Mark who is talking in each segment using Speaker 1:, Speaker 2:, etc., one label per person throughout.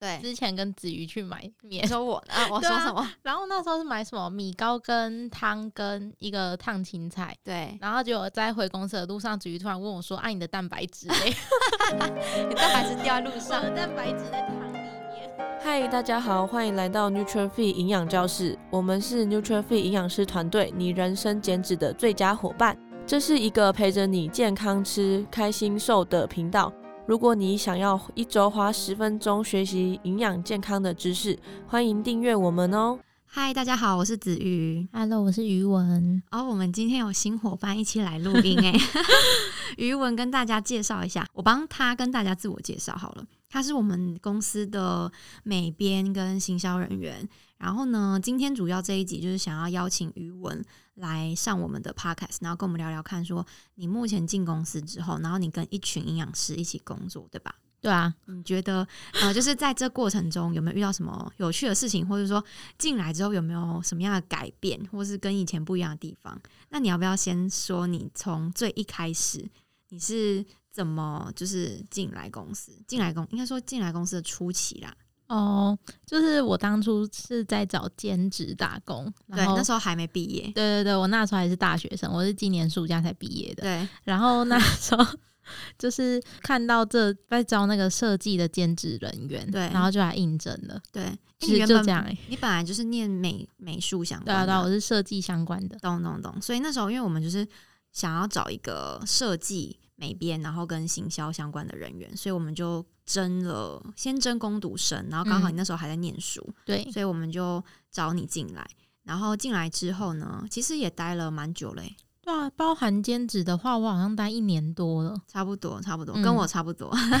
Speaker 1: 对，
Speaker 2: 之前跟子瑜去买面
Speaker 1: 哎你，说我啊，我
Speaker 2: 对
Speaker 1: 说
Speaker 2: 啊
Speaker 1: 什么？
Speaker 2: 然后那时候是买什么米糕跟汤跟一个烫青菜，
Speaker 1: 对，
Speaker 2: 然后结果在回公司的路上，子瑜突然问我说：“啊，你的蛋白质 嘞？
Speaker 1: 你蛋白质掉在路
Speaker 2: 我
Speaker 1: 上。
Speaker 2: 的蛋白质在汤里面。
Speaker 3: 嗨，大家好，欢迎来到 NutriFit 营养教室，我们是 NutriFit 营养师团队，你人生减脂的最佳伙伴。这是一个陪着你健康吃、开心瘦的频道。如果你想要一周花十分钟学习营养健康的知识，欢迎订阅我们哦。
Speaker 1: 嗨，大家好，我是子瑜。”
Speaker 2: Hello，我是余文。
Speaker 1: 哦，我们今天有新伙伴一起来录音 哎，余文跟大家介绍一下，我帮他跟大家自我介绍好了。他是我们公司的美编跟行销人员。然后呢，今天主要这一集就是想要邀请余文来上我们的 podcast，然后跟我们聊聊看，说你目前进公司之后，然后你跟一群营养师一起工作，对吧？
Speaker 2: 对啊，
Speaker 1: 你觉得呃，就是在这过程中有没有遇到什么有趣的事情，或者说进来之后有没有什么样的改变，或是跟以前不一样的地方？那你要不要先说你从最一开始你是怎么就是进来公司？进来公应该说进来公司的初期啦，
Speaker 2: 哦、就是我当初是在找兼职打工，
Speaker 1: 对，
Speaker 2: 然后
Speaker 1: 那时候还没毕业，
Speaker 2: 对对对，我那时候还是大学生，我是今年暑假才毕业的。
Speaker 1: 对
Speaker 2: 然后那时候 就是看到这在招那个设计的兼职人员，
Speaker 1: 对
Speaker 2: 然后就来应征了。
Speaker 1: 对，诶
Speaker 2: 其
Speaker 1: 你
Speaker 2: 实
Speaker 1: 原
Speaker 2: 就
Speaker 1: 本
Speaker 2: 这样哎、
Speaker 1: 你本来就是念美美术相
Speaker 2: 对啊
Speaker 1: 关
Speaker 2: 对啊，我
Speaker 1: 的，
Speaker 2: 是设计相关的。
Speaker 1: 懂懂懂，所以那时候因为我们就是想要找一个设计美编，然后跟行销相关的人员，所以我们就征了，先征攻读生，然后刚好
Speaker 2: 嗯
Speaker 1: 你那时候还在念书，
Speaker 2: 对，
Speaker 1: 所以我们就找你进来。然后进来之后呢，其实也待了蛮久嘞、
Speaker 2: 对啊，包含兼职的话，我好像待一年多了，
Speaker 1: 差不多差不多，
Speaker 2: 嗯
Speaker 1: 跟我差不多，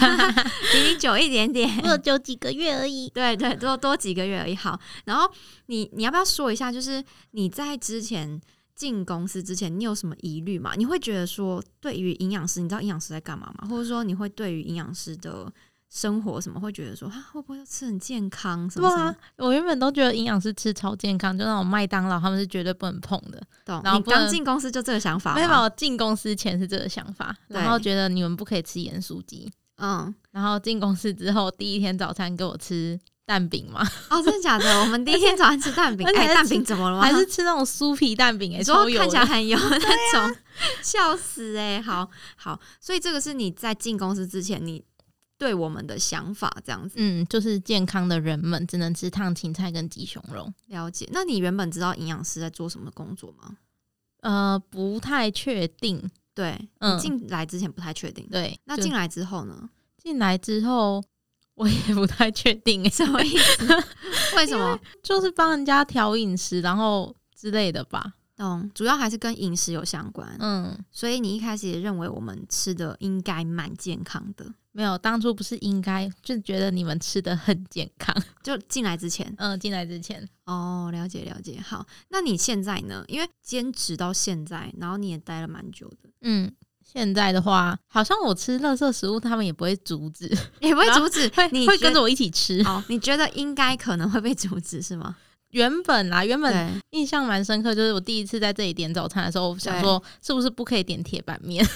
Speaker 1: 比你久一点点。
Speaker 2: 我就几个月而已。
Speaker 1: 对对，多多几个月而已。好，然后你你要不要说一下，就是你在之前进公司之前，你有什么疑虑吗？你会觉得说，对于营养师，你知道营养师在干嘛吗？或者说，你会对于营养师的生活什么，会觉得说，啊，会不会吃很健康什
Speaker 2: 对
Speaker 1: 么什么
Speaker 2: 啊？，我原本都觉得营养师吃超健康，就那种麦当劳他们是绝对不能碰的。
Speaker 1: 懂？
Speaker 2: 然后
Speaker 1: 你
Speaker 2: 不能
Speaker 1: 刚进公司就这个想法
Speaker 2: 没有，
Speaker 1: 吗？
Speaker 2: 我进公司前是这个想法，然后觉得你们不可以吃盐酥鸡。
Speaker 1: 嗯，
Speaker 2: 然后进公司之后，第一天早餐给我吃蛋饼嘛，
Speaker 1: 哦，真的假的？我们第一天早上吃蛋饼，
Speaker 2: 而且
Speaker 1: 哎、
Speaker 2: 还
Speaker 1: 蛋
Speaker 2: 吃
Speaker 1: 饼怎么了吗？
Speaker 2: 还是吃那种酥皮蛋饼、欸，
Speaker 1: 你
Speaker 2: 哎，
Speaker 1: 说
Speaker 2: 超油
Speaker 1: 看起来
Speaker 2: 的。 啊
Speaker 1: 很油那种，笑死哎、好好，所以这个是你在进公司之前你对我们的想法这样子
Speaker 2: 嗯，就是健康的人们只能吃烫青菜跟鸡胸肉。
Speaker 1: 了解。那你原本知道营养师在做什么工作吗？
Speaker 2: 呃，不太确定。
Speaker 1: 对，
Speaker 2: 嗯，
Speaker 1: 进来之前不太确定。
Speaker 2: 对，
Speaker 1: 那
Speaker 2: 就
Speaker 1: 进来之后 呢？
Speaker 2: 进来之后，我也不太确定、欸，
Speaker 1: 什么意思？ 为什么？
Speaker 2: 就是帮人家调饮食，然后之类的吧。
Speaker 1: 懂，主要还是跟饮食有相关。
Speaker 2: 嗯，
Speaker 1: 所以你一开始也认为我们吃的应该蛮健康的，
Speaker 2: 没有，当初不是应该就觉得你们吃的很健康。
Speaker 1: 就进来之前。
Speaker 2: 嗯，进来之前，
Speaker 1: 哦，了解了解。好，那你现在呢？因为兼职到现在，然后你也待了蛮久的。
Speaker 2: 嗯，现在的话，好像我吃垃圾食物，他们也不会阻止，
Speaker 1: 也不会
Speaker 2: 然后
Speaker 1: 阻止，
Speaker 2: 会
Speaker 1: 你
Speaker 2: 会
Speaker 1: 觉
Speaker 2: 跟着我一起吃。
Speaker 1: 哦，你觉得应该可能会被阻止是吗？
Speaker 2: 原本啦，原本
Speaker 1: 对，
Speaker 2: 印象蛮深刻，就是我第一次在这里点早餐的时候，我想
Speaker 1: 对
Speaker 2: 说是不是不可以点铁板面？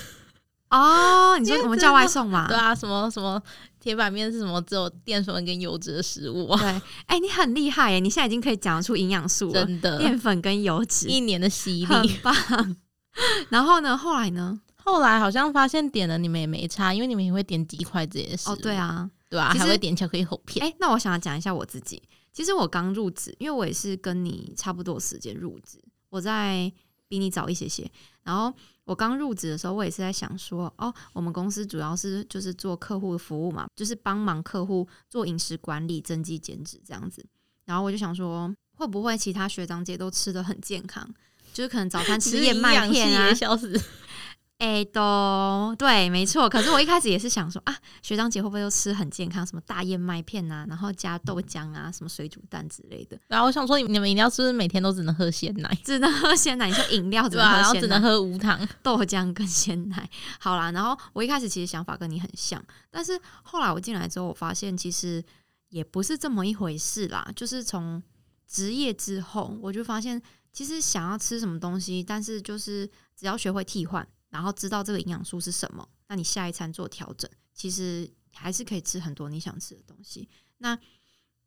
Speaker 1: 哦，你说
Speaker 2: 因为
Speaker 1: 我们
Speaker 2: 真
Speaker 1: 叫
Speaker 2: 的
Speaker 1: 外送嘛？
Speaker 2: 对啊，什么什么铁板面是什么只有淀粉跟油脂的食物啊？
Speaker 1: 对，哎、你很厉害耶！你现在已经可以讲得出营养素了，
Speaker 2: 真的，
Speaker 1: 淀粉跟油脂，
Speaker 2: 一年的洗
Speaker 1: 很
Speaker 2: 礼。
Speaker 1: 棒。 然后呢？后来呢？
Speaker 2: 后来好像发现点了你们也没差，因为你们也会点鸡块这些食物。
Speaker 1: 哦，对，啊，
Speaker 2: 对啊，
Speaker 1: 其实
Speaker 2: 还会点巧克力厚片。
Speaker 1: 哎、那我想要讲一下我自己。其实我刚入职，因为我也是跟你差不多时间入职，我在比你早一些些。然后我刚入职的时候，我也是在想说，哦，我们公司主要是就是做客户服务嘛，就是帮忙客户做饮食管理、增肌减脂这样子。然后我就想说，会不会其他学长姐都吃的很健康？就是可能早餐吃燕麦片啊，
Speaker 2: 消失。
Speaker 1: 哎、都对，没错。可是我一开始也是想说啊，学长姐会不会都吃很健康，什么大燕麦片啊，然后加豆浆啊，什么水煮蛋之类的，
Speaker 2: 然后我想说，你们饮料是不是每天都只能喝鲜奶？
Speaker 1: 只能喝鲜奶。你说饮哦料只
Speaker 2: 对
Speaker 1: 能
Speaker 2: 啊，然
Speaker 1: 喝
Speaker 2: 后
Speaker 1: 鲜
Speaker 2: 只
Speaker 1: 奶，
Speaker 2: 能喝无糖。
Speaker 1: 豆浆跟鲜奶。好啦，然后我一开始其实想法跟你很像，但是后来我进来之后，我发现其实也不是这么一回事啦。就是从职业之后，我就发现其实想要吃什么东西，但是就是只要学会替换，然后知道这个营养素是什么，那你下一餐做调整，其实还是可以吃很多你想吃的东西。那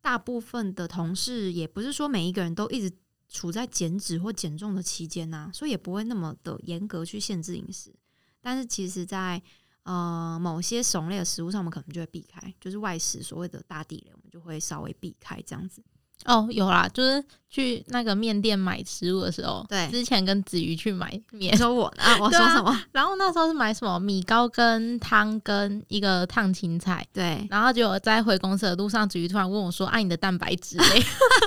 Speaker 1: 大部分的同事也不是说每一个人都一直处在减脂或减重的期间呐、所以也不会那么的严格去限制饮食。但是其实在，呃某些种类的食物上，我们可能就会避开，就是外食所谓的大地雷，我们就会稍微避开这样子。
Speaker 2: 哦，有啦，就是去那个面店买食物的时候，
Speaker 1: 对
Speaker 2: 之前跟子瑜去买面
Speaker 1: 你，说我啊，我说
Speaker 2: 对啊
Speaker 1: 什么？
Speaker 2: 然后那时候是买什么米糕跟汤跟一个烫青菜，
Speaker 1: 对，
Speaker 2: 然后结果在回公司的路上，子瑜突然问我说：“啊，你的蛋白 质嘞？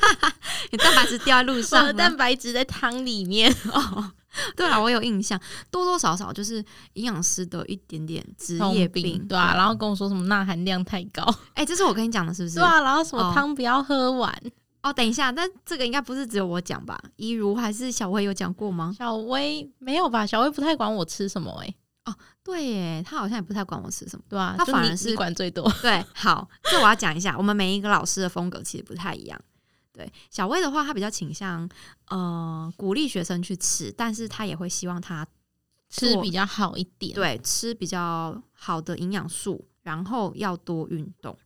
Speaker 1: 你蛋白质掉在路
Speaker 2: 我
Speaker 1: 上了，
Speaker 2: 的蛋白质在汤里面。
Speaker 1: 哦， 对啊，我有印象，多多少少就是营养师的一点点”职
Speaker 2: 通
Speaker 1: 业
Speaker 2: 病
Speaker 1: 病，
Speaker 2: 对啊，然后跟我说什么钠含量太高，
Speaker 1: 哎、这是我跟你讲 的，是不是？
Speaker 2: 对啊，然后什么
Speaker 1: 哦
Speaker 2: 汤不要喝完。
Speaker 1: 哦，等一下，但这个应该不是只有我讲吧？怡如还是小薇有讲过吗？
Speaker 2: 小薇没有吧？小薇不太管我吃什么、欸，哎，
Speaker 1: 对耶，她好像也不太管我吃什么。
Speaker 2: 对啊，
Speaker 1: 她
Speaker 2: 就
Speaker 1: 反
Speaker 2: 你
Speaker 1: 而是
Speaker 2: 你管最多。
Speaker 1: 对，好，这我要讲一下，我们每一个老师的风格其实不太一样。对，小薇的话，她比较倾向呃鼓励学生去吃，但是她也会希望他
Speaker 2: 吃
Speaker 1: 做
Speaker 2: 比较好一点，
Speaker 1: 对吃比较好的营养素，然后要多运动。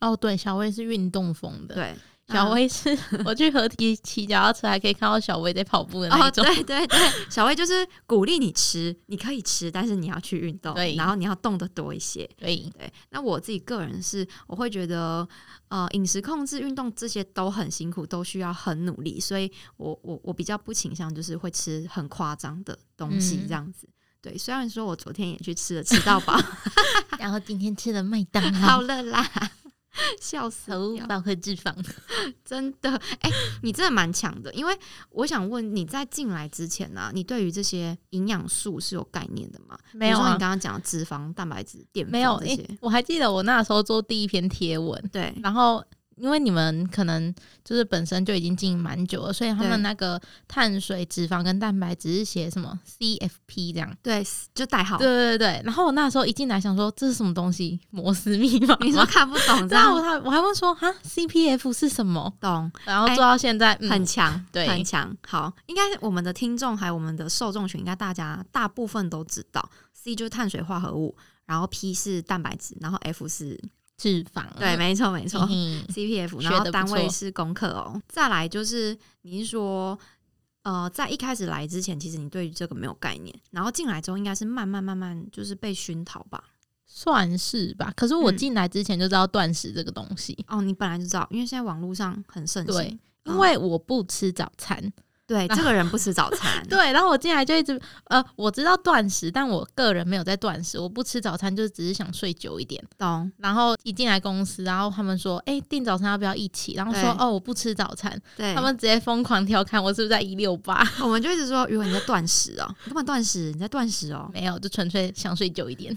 Speaker 2: 哦，对，小薇是运动风的，
Speaker 1: 对，嗯
Speaker 2: 小
Speaker 1: 那
Speaker 2: 薇是 我去合体骑脚踏车，还可以看到小薇在跑步的那
Speaker 1: 哦，
Speaker 2: 一种。
Speaker 1: 对对对，小薇就是鼓励你吃，你可以吃，但是你要去运动
Speaker 2: 对，
Speaker 1: 然后你要动得多一些。
Speaker 2: 对，
Speaker 1: 对，那我自己个人是，我会觉得，呃，饮食控制、运动这些都很辛苦，都需要很努力，所以我我我比较不倾向就是会吃很夸张的东西
Speaker 2: 嗯
Speaker 1: 这样子。对，虽然说我昨天也去吃了，吃到 饱，
Speaker 2: 然后今天吃了麦当
Speaker 1: 好
Speaker 2: 劳，
Speaker 1: 了啦， 笑死
Speaker 2: 头
Speaker 1: 掉，
Speaker 2: 饱和脂肪。
Speaker 1: 真的，哎、你真的蛮强的，因为我想问你在进来之前呢、啊你对于这些营养素是有概念的吗？
Speaker 2: 没有
Speaker 1: 比如说
Speaker 2: 啊
Speaker 1: 你刚刚讲的脂肪、蛋白质、淀粉
Speaker 2: 没有，
Speaker 1: 这
Speaker 2: 诶、
Speaker 1: 些，
Speaker 2: 我还记得我那时候做第一篇贴文，
Speaker 1: 对
Speaker 2: 然后因为你们可能就是本身就已经经营蛮久了，所以他
Speaker 1: 对
Speaker 2: 们那个碳水、脂肪跟蛋白只是写什么 CFP 这样。
Speaker 1: 对，就代号
Speaker 2: 对。对对，然后我那时候一进来想说这是什么东西，摩斯密码
Speaker 1: 你说
Speaker 2: 吗？
Speaker 1: 看不 懂，这
Speaker 2: 然
Speaker 1: 样
Speaker 2: 啊后我还我还问说哈 CPF 是什么，
Speaker 1: 懂，
Speaker 2: 然后
Speaker 1: 哎
Speaker 2: 做到现在、嗯、
Speaker 1: 很强，
Speaker 2: 对
Speaker 1: 很强。好，应该我们的听众还有我们的受众群，应该大家大部分都知道，C 就是碳水化合物，然后 P 是蛋白质，然后 F 是，
Speaker 2: 脂肪
Speaker 1: 对，没错，没 错。
Speaker 2: 嗯
Speaker 1: CPF，
Speaker 2: 学
Speaker 1: 然
Speaker 2: 得
Speaker 1: 后
Speaker 2: 不
Speaker 1: 单位
Speaker 2: 错
Speaker 1: 是功课哦。再来就是你是说，呃，在一开始来之前，其实你对于这个没有概念，然后进来之后，应该是慢慢慢慢就是被熏陶吧。
Speaker 2: 算是吧。可是我
Speaker 1: 嗯
Speaker 2: 进来之前就知道断食这个东西，
Speaker 1: 哦，你本来就知道，因为现在网络上很盛行。
Speaker 2: 对，因
Speaker 1: 嗯
Speaker 2: 为我不吃早餐。
Speaker 1: 对，
Speaker 2: 然，
Speaker 1: 这个人不吃早餐
Speaker 2: 对，然后我进来就一直呃，我知道断食，但我个人没有在断食，我不吃早餐，就是只是想睡久一点。
Speaker 1: 懂？
Speaker 2: 然后一进来公司，然后他们说，哎、订早餐要不要一起？然后说
Speaker 1: 对，
Speaker 2: 哦，我不吃早餐，
Speaker 1: 对，
Speaker 2: 他们直接疯狂调侃我是不是在一六八？
Speaker 1: 我们就一直说，如果你在断食哦，你干嘛断食？你在断食哦，
Speaker 2: 没有，就纯粹想睡久一点。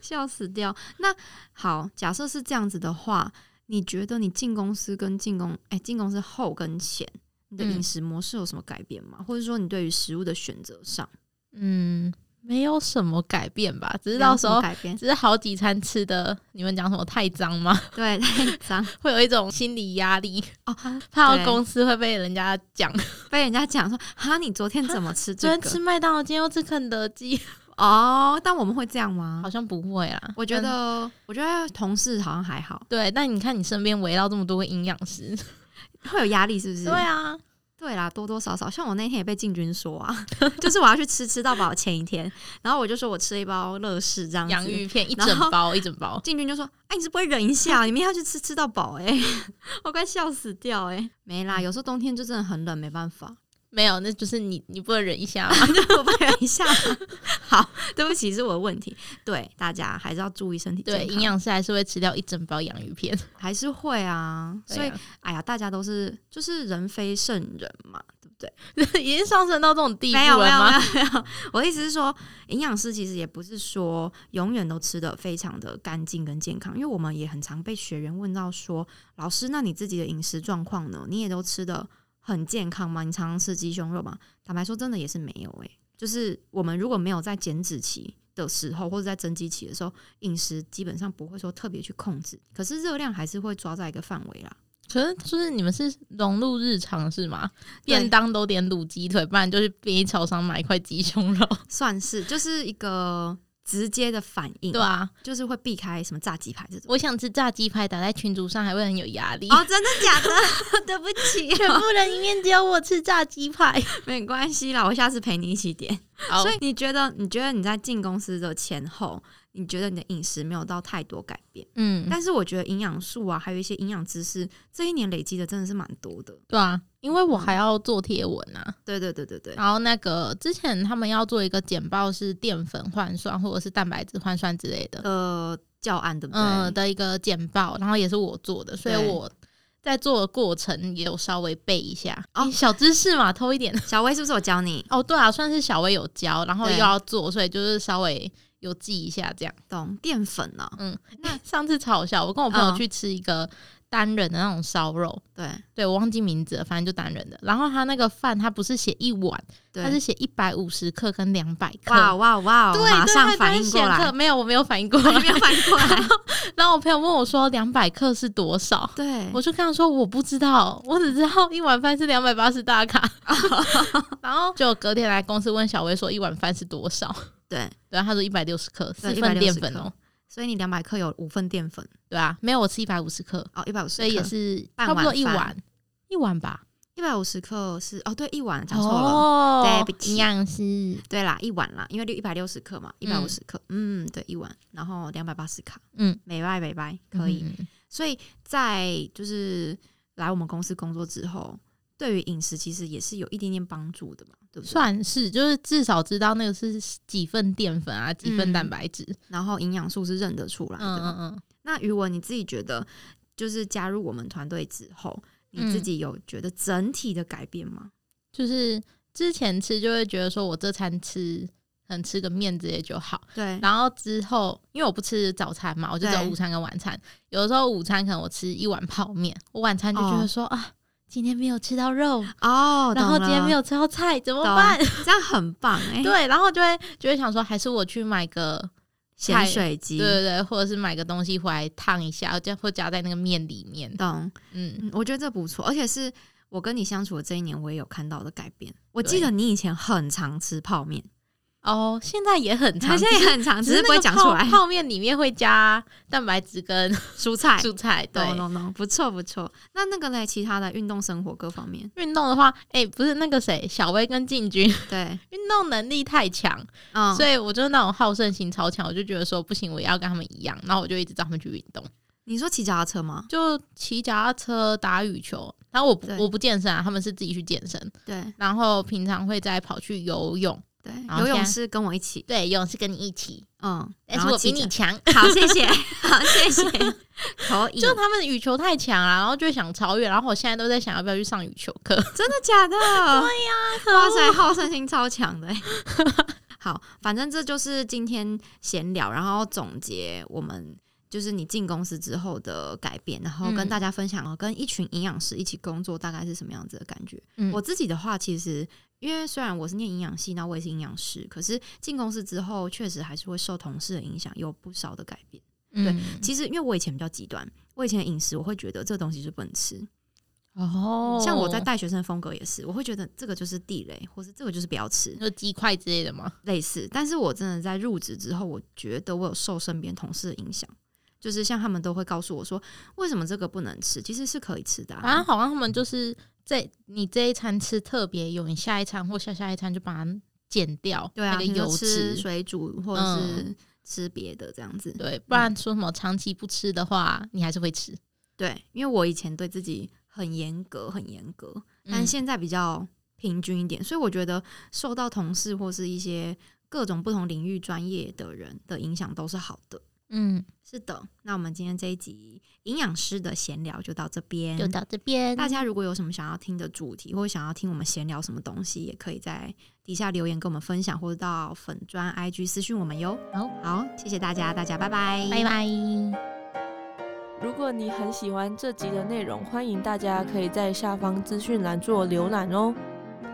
Speaker 1: 笑死掉。那好，假设是这样子的话，你觉得你进公司跟进公哎进公司后跟前，你的
Speaker 2: 嗯
Speaker 1: 饮食模式有什么改变吗？或者说你对于食物的选择上，
Speaker 2: 嗯，没有什么改变吧，只是
Speaker 1: 没
Speaker 2: 到
Speaker 1: 有什
Speaker 2: 时
Speaker 1: 么
Speaker 2: 候。
Speaker 1: 改变，
Speaker 2: 只是好几餐吃的，你们讲什么太脏吗？
Speaker 1: 对，太脏
Speaker 2: 会有一种心理压 力，
Speaker 1: 哦，
Speaker 2: 怕到
Speaker 1: 对
Speaker 2: 公司会被人家讲，
Speaker 1: 被人家讲说哈，你昨天怎么吃这
Speaker 2: 昨
Speaker 1: 个？
Speaker 2: 天吃麦当劳，今天又吃肯德基，
Speaker 1: 哦，但我们会这样吗
Speaker 2: 好？像不会啦。
Speaker 1: 我觉
Speaker 2: 但
Speaker 1: 得，我觉得同事好像还好，
Speaker 2: 对，但你看你身边围绕这么多个营养师，
Speaker 1: 会有压力是不是？
Speaker 2: 对啊，
Speaker 1: 对啦，多多少少，像我那天也被进军说啊， 就是我要去吃吃到饱前一天，然后我就说我吃了一包乐事这样
Speaker 2: 洋
Speaker 1: 子。
Speaker 2: 芋片一
Speaker 1: 然
Speaker 2: 整
Speaker 1: 后
Speaker 2: 包一整包，
Speaker 1: 进军就说：“哎、你是不会忍一下，你明天要去吃吃到饱哎、 我快笑死掉哎、没啦，有时候冬天就真的很冷，没办法，
Speaker 2: 没有，那就是你你不能忍一下吗？啊
Speaker 1: 我不忍一下。 好，对不起，是我的问题。对大家还是要注意身体健
Speaker 2: 对，
Speaker 1: 康，
Speaker 2: 营养师还是会吃掉一整包洋芋 片，
Speaker 1: 还是会啊。所
Speaker 2: 对
Speaker 1: 以，
Speaker 2: 啊
Speaker 1: 哎呀，大家都是就是人非圣人嘛，对不对？
Speaker 2: 已经上升到这种地步
Speaker 1: 没有没
Speaker 2: 了
Speaker 1: 有
Speaker 2: 吗？
Speaker 1: 没有没 有，我的意思是说，营养师其实也不是说永远都吃的非常的干净跟健康，因为我们也很常被学员问到说，老师，那你自己的饮食状况呢？你也都吃的很健康吗？你常常吃鸡胸肉吗？坦白说，真的也是没有诶、就是我们如果没有在减脂期。的时候，或者在增肌期的时候，饮食基本上不会说特别去控制，可是热量还是会抓在一个范围啦。
Speaker 2: 可是就是你们是融入日常是吗？
Speaker 1: 对
Speaker 2: 便当都点卤鸡腿，不然就是便宜超商买一块鸡胸肉，
Speaker 1: 算是就是一个直接的反应，
Speaker 2: 对啊，
Speaker 1: 就是会避开什么炸鸡排这种。
Speaker 2: 我想吃炸鸡排，打在群组上还会很有压力。
Speaker 1: 哦，真的假的？对不起
Speaker 2: 全
Speaker 1: 哦、
Speaker 2: 部人里面只有我吃炸鸡排，
Speaker 1: 没关系啦，我下次陪你一起点。
Speaker 2: 好
Speaker 1: 所以你觉得，你觉得你在进公司的前后，你觉得你的饮食没有到太多改变？
Speaker 2: 嗯，
Speaker 1: 但是我觉得营养素啊，还有一些营养知识，这一年累积的真的是蛮多的。
Speaker 2: 对啊，因为我还要做贴文啊，
Speaker 1: 对对对对对，
Speaker 2: 然后那个之前他们要做一个简报，是淀粉换算或者是蛋白质换算之类的，
Speaker 1: 呃，教案对不对？
Speaker 2: 嗯的一个简报，然后也是我做的，所以
Speaker 1: 对
Speaker 2: 我在做的过程也有稍微背一下，
Speaker 1: 哦
Speaker 2: 哦、小知识嘛，偷一点。
Speaker 1: 小薇是不是我教你？
Speaker 2: 哦，对啊，算是小薇有教，然后
Speaker 1: 对
Speaker 2: 又要做，所以就是稍微有记一下这样。
Speaker 1: 懂淀粉啊呢、
Speaker 2: 嗯，那上次超好笑，我跟我朋友
Speaker 1: 嗯
Speaker 2: 去吃一个单人的那种烧肉，
Speaker 1: 对
Speaker 2: 对我忘记名字了，反正就单人的。然后他那个饭，他不是写一碗，他是
Speaker 1: 对，
Speaker 2: 写一百五十克跟两百克。
Speaker 1: 哇哇哇，
Speaker 2: 对，
Speaker 1: 哦马
Speaker 2: 对
Speaker 1: 上
Speaker 2: 对
Speaker 1: 反
Speaker 2: 对
Speaker 1: 应
Speaker 2: 显
Speaker 1: 过
Speaker 2: 克
Speaker 1: 来，
Speaker 2: 没有，我没有反 应过
Speaker 1: 你
Speaker 2: 来
Speaker 1: 没。有反应过来，
Speaker 2: 然后我朋友问我说：“两百克是多少？”
Speaker 1: 对，
Speaker 2: 我就跟他说：“我不知道，我只知道一碗饭是两百八十大 卡。”然后就隔天来公司问小薇说：“一碗饭是多少
Speaker 1: 对，？”
Speaker 2: 对啊，他说一百六十克，
Speaker 1: 对
Speaker 2: 四份
Speaker 1: 160
Speaker 2: 淀粉
Speaker 1: 克
Speaker 2: 哦、
Speaker 1: 所以你两百克有五份淀粉
Speaker 2: 对啊，没有，我吃一百五十克，
Speaker 1: 哦，一百五十，
Speaker 2: 所以也是
Speaker 1: 半
Speaker 2: 差不多
Speaker 1: 碗
Speaker 2: 一
Speaker 1: 饭
Speaker 2: 碗，一碗吧。
Speaker 1: 一百五十克是哦，对，一碗讲错了。
Speaker 2: 哦
Speaker 1: 对不起
Speaker 2: 营养师，
Speaker 1: 对啦，一碗啦，因为六一百六十克嘛，一百五十克，嗯，对，一碗，然后两百八十卡，
Speaker 2: 嗯，
Speaker 1: 美白美白可以。
Speaker 2: 嗯
Speaker 1: 所以在就是来我们公司工作之后，对于饮食其实也是有一点点帮助的嘛，对不对？
Speaker 2: 算是就是至少知道那个是几份淀粉啊，几
Speaker 1: 嗯
Speaker 2: 份蛋白质。
Speaker 1: 然后营养素是认得出来的
Speaker 2: 嗯
Speaker 1: 嘛。
Speaker 2: 嗯嗯，
Speaker 1: 那余文你自己觉得，就是加入我们团队之后，你自
Speaker 2: 嗯
Speaker 1: 己有觉得整体的改变吗？
Speaker 2: 就是之前吃就会觉得说我这餐吃。可能吃个面之类就好，
Speaker 1: 对，
Speaker 2: 然后之后因为我不吃早餐嘛，我就只有
Speaker 1: 对
Speaker 2: 午餐跟晚餐。有的时候午餐可能我吃一碗泡面，我晚餐就觉
Speaker 1: 哦
Speaker 2: 得说、啊，今天没有吃到肉，
Speaker 1: 哦，
Speaker 2: 然后今天没
Speaker 1: 有
Speaker 2: 有吃到菜，怎么
Speaker 1: 懂
Speaker 2: 办？
Speaker 1: 这样很棒哎、
Speaker 2: 对，然后就会就会想说，还是我去买个
Speaker 1: 咸
Speaker 2: 菜
Speaker 1: 水鸡
Speaker 2: 对。对对，或者是买个东西回来烫一下，加或加在那个面里面。
Speaker 1: 懂，
Speaker 2: 嗯，
Speaker 1: 嗯，我觉得这不错，而且是我跟你相处的这一年，我也有看到的改变。我记
Speaker 2: 对
Speaker 1: 得你以前很常吃泡面，
Speaker 2: 哦， 现在也很常
Speaker 1: 他现在也很常，
Speaker 2: 只
Speaker 1: 只是不
Speaker 2: 那
Speaker 1: 会
Speaker 2: 个
Speaker 1: 讲
Speaker 2: 泡
Speaker 1: 出来。
Speaker 2: 泡面里面会加蛋白质跟
Speaker 1: 蔬菜，
Speaker 2: 蔬菜，对。
Speaker 1: 懂懂懂，不错不错。那那个嘞，其他的运动生活各方面，
Speaker 2: 运动的话，哎、不是那个谁，小薇跟进军
Speaker 1: 对，
Speaker 2: 运动能力太强，
Speaker 1: 嗯，
Speaker 2: 所以我就是那种好胜心超强，我就觉得说不行，我也要跟他们一样，然后我就一直找他们去运动，
Speaker 1: 你说骑脚踏车吗？
Speaker 2: 就骑脚踏车、打羽球。然后我不
Speaker 1: 对
Speaker 2: 我不健身啊，他们是自己去健身，
Speaker 1: 对
Speaker 2: 然后平常会再跑去游泳，
Speaker 1: 对，
Speaker 2: 好
Speaker 1: 游
Speaker 2: 现
Speaker 1: 泳
Speaker 2: 在
Speaker 1: 是跟我一起，
Speaker 2: 对，游泳是跟你一起，
Speaker 1: 嗯，
Speaker 2: 但
Speaker 1: 然
Speaker 2: 是
Speaker 1: 后
Speaker 2: 我比
Speaker 1: 骑
Speaker 2: 你
Speaker 1: 脚
Speaker 2: 强。
Speaker 1: 好，谢谢， 好谢谢，可以，
Speaker 2: 就他们羽球太强啊了，然后就想超越，然后我现在都在想要不要去上羽球课。
Speaker 1: 真的假的？对呀、哇塞，好胜心超强的欸。 好，反正这就是今天闲聊，然后总结我们就是你进公司之后的改变，然后跟
Speaker 2: 嗯
Speaker 1: 大家分享，哦，跟一群营养师一起工作大概是什么样子的感觉。
Speaker 2: 嗯
Speaker 1: 我自己的话，其实因为虽然我是念营养系，那我也是营养师，可是进公司之后，确实还是会受同事的影响，有不少的改变。
Speaker 2: 对，
Speaker 1: 其实因为我以前比较极端，我以前的饮食我会觉得这东西是不能吃，
Speaker 2: 哦
Speaker 1: 像我在带学生的风格也是，我会觉得这个就是地雷，或是这个就是不要吃，
Speaker 2: 就鸡块之类的嘛。
Speaker 1: 类似。但是我真的在入职之后，我觉得我有受身边同事的影响，就是像他们都会告诉我说，为什么这个不能吃，其实是可以吃的、
Speaker 2: 反正
Speaker 1: 啊。
Speaker 2: 好像他们就是这你这一餐吃特别油，你下一餐或下下一餐就把它减掉
Speaker 1: 对啊，
Speaker 2: 那个
Speaker 1: 比如说
Speaker 2: 油
Speaker 1: 吃
Speaker 2: 脂。嗯
Speaker 1: 水嗯煮或者是吃别的这样子。
Speaker 2: 对，不然说什么长期不吃的话，你还是会吃。
Speaker 1: 对，因为我以前对自己很严格，很严格，但
Speaker 2: 嗯
Speaker 1: 现在比较平均一点，所以我觉得受到同事或是一些各种不同领域专业的人的影响都是好的。
Speaker 2: 嗯，
Speaker 1: 是的，那我们今天这一集营养师的闲聊就到这边。
Speaker 2: 嗯就到这边。
Speaker 1: 大家如果有什么想要听的主题，或想要听我们闲聊什么东西，也可以在底下留言跟我们分享，或者到粉砖 IG 私讯我们哟。
Speaker 2: 好，
Speaker 1: 好，谢谢大家，大家拜拜，
Speaker 2: 拜拜。
Speaker 3: 如果你很喜欢这集的内容，欢迎大家可以在下方资讯栏做浏览哦。